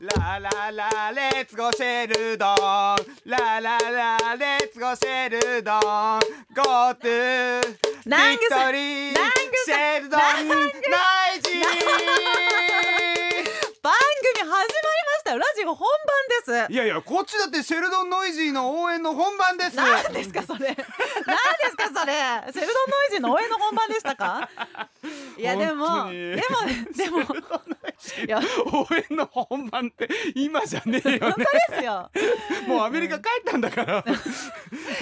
ラララレッツゴシェルドンラララレッツゴシェルドン Go to ビランクグさトんリーラングシェルドンラングナイジー番組始まりましたよラジオ本番でいやいやこっちだってシェルドンノイジーの応援の本番ですす何ですかそれ何ですかそれセルドンノイジーの応援の本番でし たかいやで本も当にでもでもいや応援の本番って今じゃねえよね ですよもうアメリカ帰ったんだから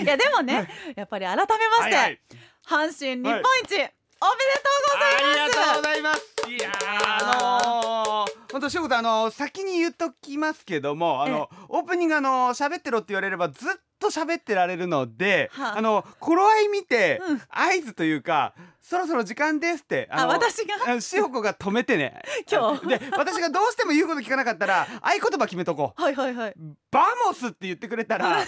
いやでもねやっぱり改めまして、はいはい阪神日本一、はいおめでとうございますありがとうございます。いやーあのー、本当しょうあのー先に言っときますけどもあのオープニングあのー喋ってろって言われればずっと喋ってられるので、はああの頃合い見て、うん合図というかそろそろ時間ですってあの私があのしほこが止めてね 今日で私がどうしても言うこと聞かなかったら合言葉決めとこうはいはいはいバモスって言ってくれたら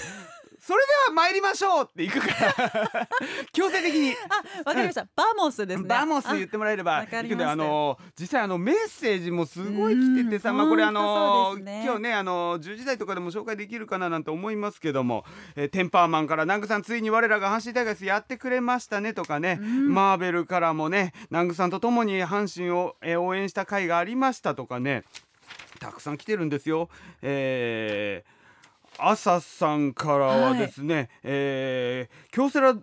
それでは参りましょうって行くから 強制的にあわかりました、バモスですねバモス言っあてもらえればわかりましたいいけどあの実際あのメッセージもすごい来ててさうんまあこれあほんとそうのですね今日ねあの10時台とかでも紹介できるかななんて思いますけども、えーテンパーマンから南グさんついに我らが阪神タイガースやってくれましたねとかね、うんマーベルからもね南グさんと共に阪神を、えー応援した回がありましたとかねたくさん来てるんですよ。えー朝さんからはですね、えー京セラ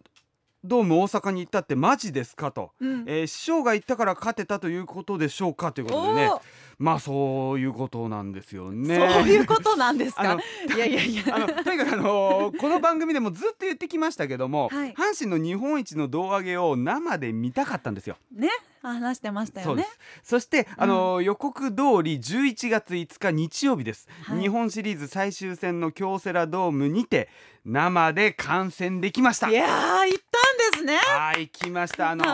ドーム大阪に行ったってマジですかと、うんえー師匠が言ったから勝てたということでしょうかということでねおーまあそういうことなんですよね。そういうことなんですあかのいやいやいやあのとにかく、あ のーこの番組でもずっと言ってきましたけども、はい阪神の日本一の胴上げを生で見たかったんですよ。ね話してましたそようでねすそして、あのー予告通り11月5日日曜日です、はい日本シリーズ最終戦の京セラドームにて生で観戦できましたい。やー行ったんですねはい、来ま した。あの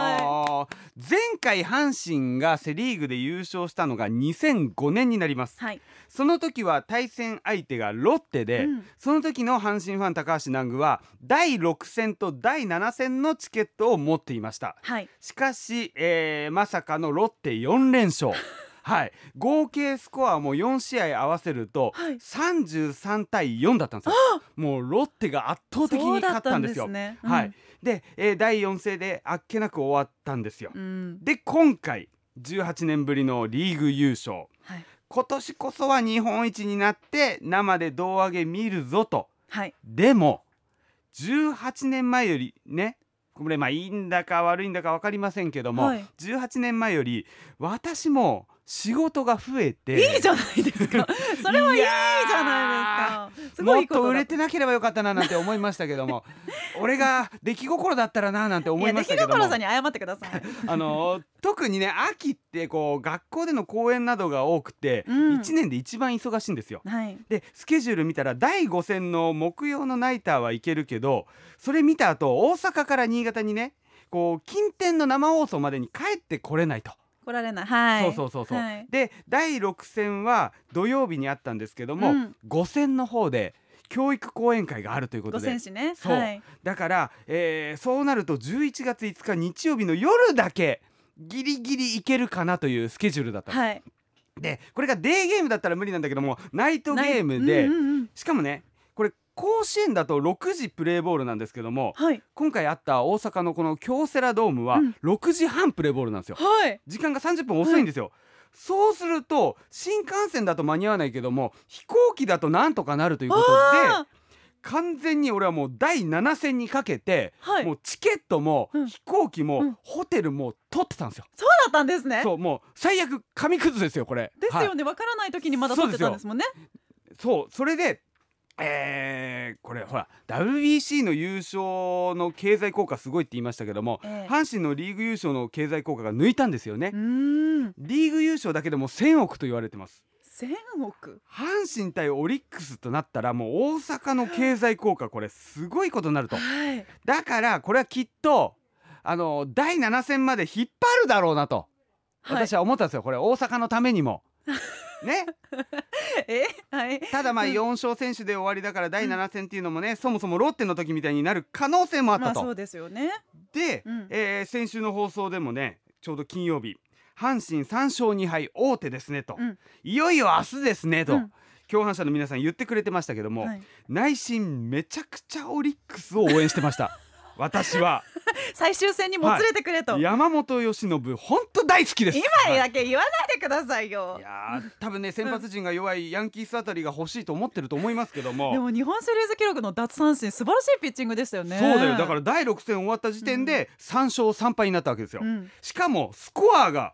ー前回阪神がセリーグで優勝したのが2005年になります。はいその時は対戦相手がロッテで、うんその時の阪神ファン高橋南宮は第6戦と第7戦のチケットを持っていました。はいしかし、えーまさかのロッテ4連 勝。はい、合計スコアも4試合合わせるとはい33対4だったんですよ、もうロッテが圧倒的に勝ったんですよそうだったんですねうんはい、で、えー第4戦であっけなく終わったんですよ、うんで今回18年ぶりのリーグ優勝はい今年こそは日本一になって生で胴上げ見るぞとはいでも18年前よりねこれまあいいんだか悪いんだか分かりませんけども、はい18年前より私も仕事が増えていいじゃないで すかそれはいいじゃないですかすごいいいもっこととだ売れてなければよかったななんて思いましたけど も俺が出来心だったらななんて思いましたけどいやも出来心さんに謝ってくださいあの特にね秋ってこう学校での講演などが多くて、うん1年で一番忙しいんですよ。はいでスケジュール見たら第5戦の木曜のナイターはいけるけどそれ見た後大阪から新潟にねこう近天の生放送までに帰ってこれないと、来られないはいそうそうそうそう、はいで第6戦は土曜日にあったんですけども、うん5戦の方で教育講演会があるというこごとで選手ねそうはいだから、えーそうなると11月5日日曜日の夜だけギリギリいけるかなというスケジュールだったの、はいでこれがデーゲームだったら無理なんだけどもナイトゲームないで、うんうんうんしかもねこれ甲子園だと6時プレーボールなんですけどもはい今回あった大阪のこの京セラドームはうん6時半プレーボールなんですよ、はい時間が30分遅いんですよ、そうすると新幹線だと間に合わないけども飛行機だとなんとかなるということであ完全に俺はもう第7戦にかけて、ーはいもそううチケットもうん飛行機も、うんホテルも取ってたんですよ、だったんですねそうもう最悪紙くずですよこれですはいよねわからない時にまだ撮ってたんですもんねそうそれでえーこれほら WBC の優勝の経済効果すごいって言いましたけども、ええ阪神のリーグ優勝の経済効果が抜いたんですよねう、ーんリーグ優勝だけでも1000億と言われてます千億阪神対オリックスとなったらもう大阪の経済効果これすごいことになるとはいだからこれはきっとあの第7戦まで引っ張るだろうなとはい私は思ったんですよ、これ大阪のために もねえはいただまあ4勝選手で終わりだから第7戦っていうのもね、そもそもロッテの時みたいになる可能性もあっまたあと。そうですよねで、うんえー先週の放送でもねちょうど金曜日阪神3勝2敗大手ですねと、うんいよいよ明日ですねと、うん共犯者の皆さん言ってくれてましたけども、はい内心めちゃくちゃオリックスを応援してました 私は最終戦にもつれてくれと、山本由伸本当大好きです今はいだけ言わないでくださいよ、いやー多分ね先発陣が弱いヤンキースあたりが欲しいと思ってると思いますけどもでも日本シリーズ記録の奪三振素晴らしいピッチングでしたよねそうだよだから第6戦終わった時点で3勝3敗になったわけですよ、うんしかもスコアが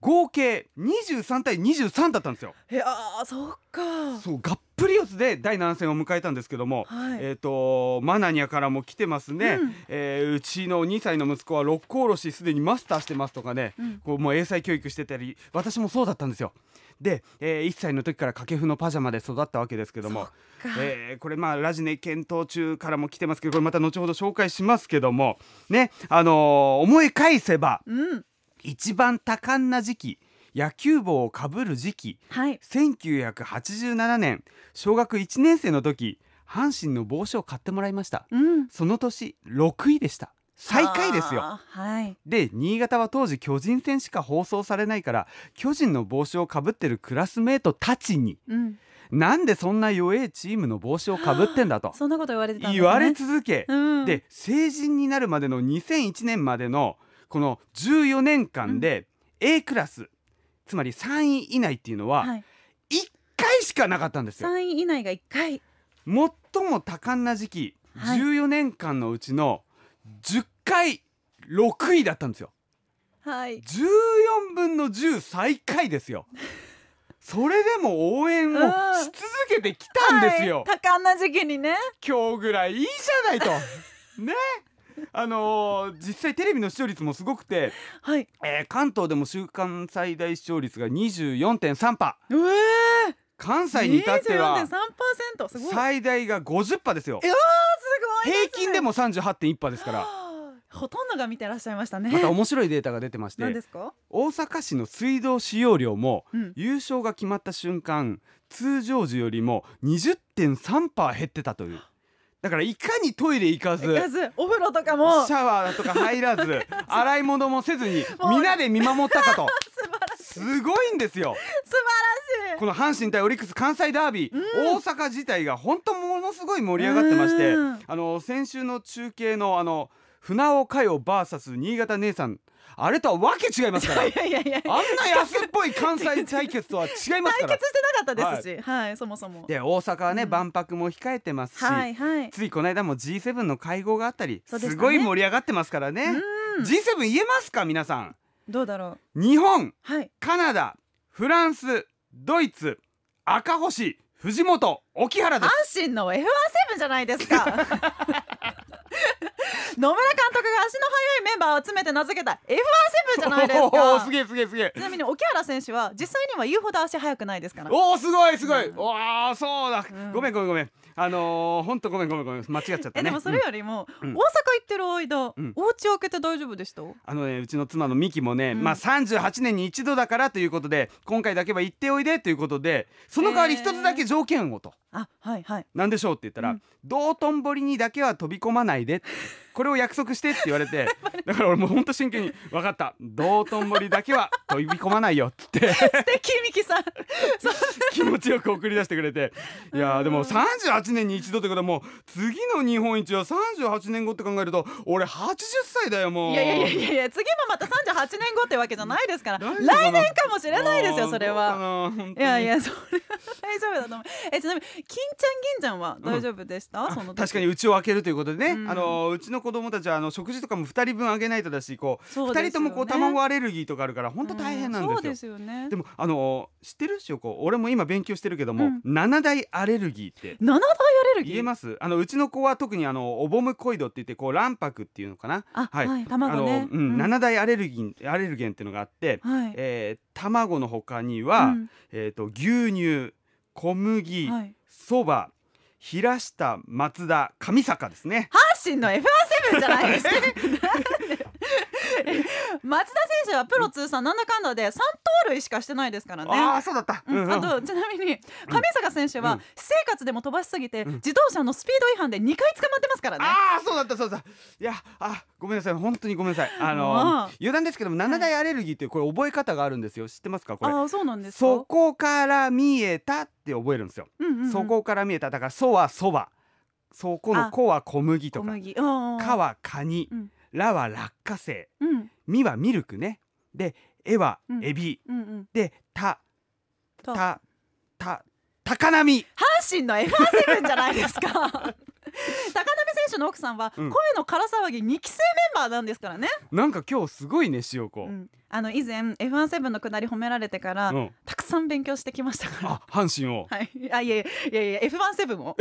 合計23対23だったんですよいやーそっかそうがっぷり四つで第7戦を迎えたんですけども、はいえっ、とマナニャからも来てますね、ううんえーうちの2歳の息子は六甲おろしすでにマスターしてますとかね、うんこうもう英才教育してたり私もそうだったんですよで、え1歳の時から掛布のパジャマで育ったわけですけども、そっかえーこれまあラジネ検討中からも来てますけどこれまた後ほど紹介しますけどもねあのー思い返せばうん一番多感な時期野球帽をかぶる時期はい1987年小学1年生の時阪神の帽子を買ってもらいましたうんその年6位でした最下位ですよあーはいで新潟は当時巨人戦しか放送されないから巨人の帽子をかぶってるクラスメートたちにうんなんでそんな弱えチームの帽子をかぶってんだとそんなこと言われてたんですね言われ続け、うんで成人になるまでの2001年までのこの14年間で A クラス、つまり3位以内っていうのははい1回しかなかったんですよ。 3位以内が1回最も多感な時期、はい14年間のうちの10回6位だったんですよ。はい14分の10最下位ですよ。 それでも応援をし続けてきたんですよ。はい、多感な時期にね今日ぐらいいいじゃないと ねあのー実際テレビの視聴率もすごくて、はいえー関東でも週間最大視聴率が24.3%パええー関西に至っては24.3%すごい最大が50%パですよえすごい平均でもも38.1%ですからほとんどが見てらっしゃいましたねまた面白いデータが出てまし何でてすか大阪市の水道使用量もうん優勝が決まった瞬間通常時よりも20.3%減ってたというだからいかにトイレ行かずガズお風呂とかもシャワーとか入ら ず洗い物もせずにもうみんなで見守ったかと 素晴らしいすごいんですよ素晴らしいこの阪神対オリックス関西ダービー、大阪自体が本当ものすごい盛り上がってましてうんあの先週の中継のあの船尾佳代 VS 新潟姉さんあれとはわけ違います からあんいやいやいやな安っぽい関西対決とは違います対から決してなかったですしはい、そもそもで大阪はね、うん万博も控えてますし、はいはいついこの間も G7 の会合があったり、そうでしたすねごい盛り上がってますからね、うん G7 言えますか皆さんどうだろう日本はいカナダフランスドイツ赤星藤本沖原で阪す神の F1 セブンじゃないです か野村監督が足の速いメンバーを集めて名付けた F1 セブンじゃないで すおーかすげえすげえすげえちなみに沖原選手は実際には言うほど足速くないですから。おーすごいすごい、うんおーそうだ、うんごめんごめんごめんあのー、ほんとごめんごめんごめん間違っちゃったねえでもそれよりも、うん大阪行ってる間、うんお家開けて大丈夫でした、あのねうちの妻のミキもね、うんまあ38年に一度だからということで今回だけは行っておいでということでその代わりへー一つだけ条件をと、あはいはいなんでしょうって言ったら、うん道頓堀にだけは飛び込まない でってこれを約束してって言われてだから俺もうほんと真剣に「分かった道頓堀だけは飛び込まないよ」っつって 素敵ミキさんそう気持ちよく送り出してくれていやーでも38年に一度ってことはもう次の日本一は38年後って考えると俺80歳だよもう。いやいやいやいやいや次もまた38年後ってわけじゃないですから大来丈夫かな年かもしれないですよそれは。あー。どうかないやいやそれは大丈夫だと思うえちなみに金ちゃん銀ちゃんは大丈夫でした、その時確かにうちを開けるということでね、うんあのうちの子供たちはあの食事とかも2人分あげないとだしこうそうですよ2人ともねこう卵アレルギーとかあるから本当大変なんですよ。うそうですよ ねでもあの知ってるしょこう俺も今勉強してるけども、うん7大アレルギーって七大アレルギー言えますあのうちの子は特にあのオボムコイドって言ってこう卵白っていうのかなあははいい、卵ねあの、うん、7大アレルギーアレルゲンっていうのがあって、はいえー卵の他には、うんえー、と牛乳小麦はいそば、平下松田上坂ですね阪神の F1 セブンじゃないですか。なんで 松田選手はプロ通算なんだかんだで3盗塁しかしてないですからね。ああそうだった、うんうんあとちなみに上坂選手うはん私生活でも飛ばしすぎて自動車のスピード違反で2回捕まってますからね。ああそうだったそうだったいやあごめんなさい本当にごめんなさいあもうの余談ですけども7大アレルギーっていうこれ覚え方があるんですよ知ってますかこれああそうなんですか。そこから見えたって覚えるんですよ、うんうんうんそこから見えただからそはそばそこのあこは小麦と小か麦。うんうんかはカニ、うんらは落花生うんみはミルクねでえはうんエビ、うんうん。でたと阪たた高波神の F1 セブンじゃないで すか。高鍋選手の奥さんはうん声の空騒ぎ2期生メンバーなんですからね。なんか今日すごいね塩子、うんあの以前 F1 セブンの下り褒められてからうんたくさん勉強してきましたから。あ阪神をはい、あいやいやいやいや F1 セブン を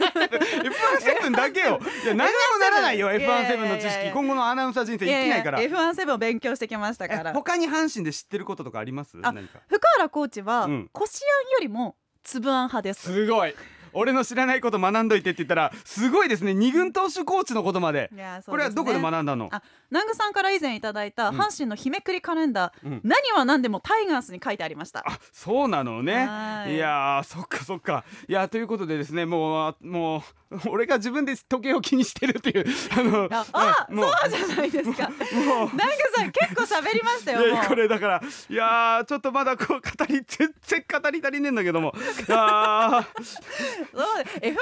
F17 だけよいや何にもならないよいやいやいや F17 の知いやい識や今後のアナウンサー人生生きないからいやいや F1 セブンを勉強してきましたかえら他に阪神で知ってることとかありますあ何か福原コーチは、うんこしあんよりもつぶあん派ですすごい俺の知らないこと学んどいてって言ったらすごいですね二軍投手コーチのことまでいやーそこうれすはねどこで学んだのあ南具さんから以前いただいたうん阪神の日めくりカレンダー、うん何は何でもタイガースに書いてありましたあそうなのねはいいやーそっかそっかいやーということでですねもうあもう俺が自分で時計を気にしてるっていうあのああもうそうじゃないで すかもう南具さん結構喋りましたよいもやうこれだからいやーちょっとまだこう語り全然語り足りねえんだけ どもあーそう F1 セ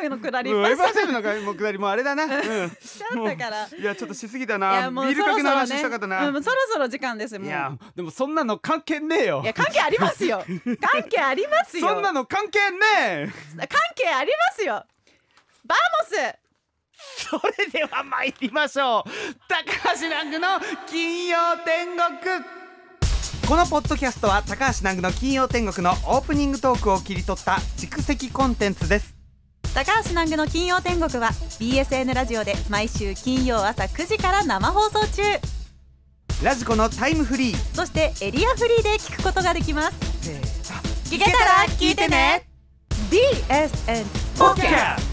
ブンの下うんりエいっヴぱいァしちゃンセブンの回も下りもあれ だな、うんったからいやちょっとしすぎたいなやもうビールかけの話したかったな、うんそろそろ時間ですもういいやでもそんなの関係ねえよや関係ありますよ関係ありますよそんなの関係ねえ関係ありますよバーモ スそれでは参りましょう高橋南具の金曜天国このポッドキャストは高橋南具の金曜天国のオープニングトークを切り取った蓄積コンテンツです高橋南具の金曜天国は BSN ラジオで毎週金曜朝9時から生放送中ラジコのタイムフリーそしてエリアフリーで聞くことができますせーの聞けたら聞いてね BSN ポッキャス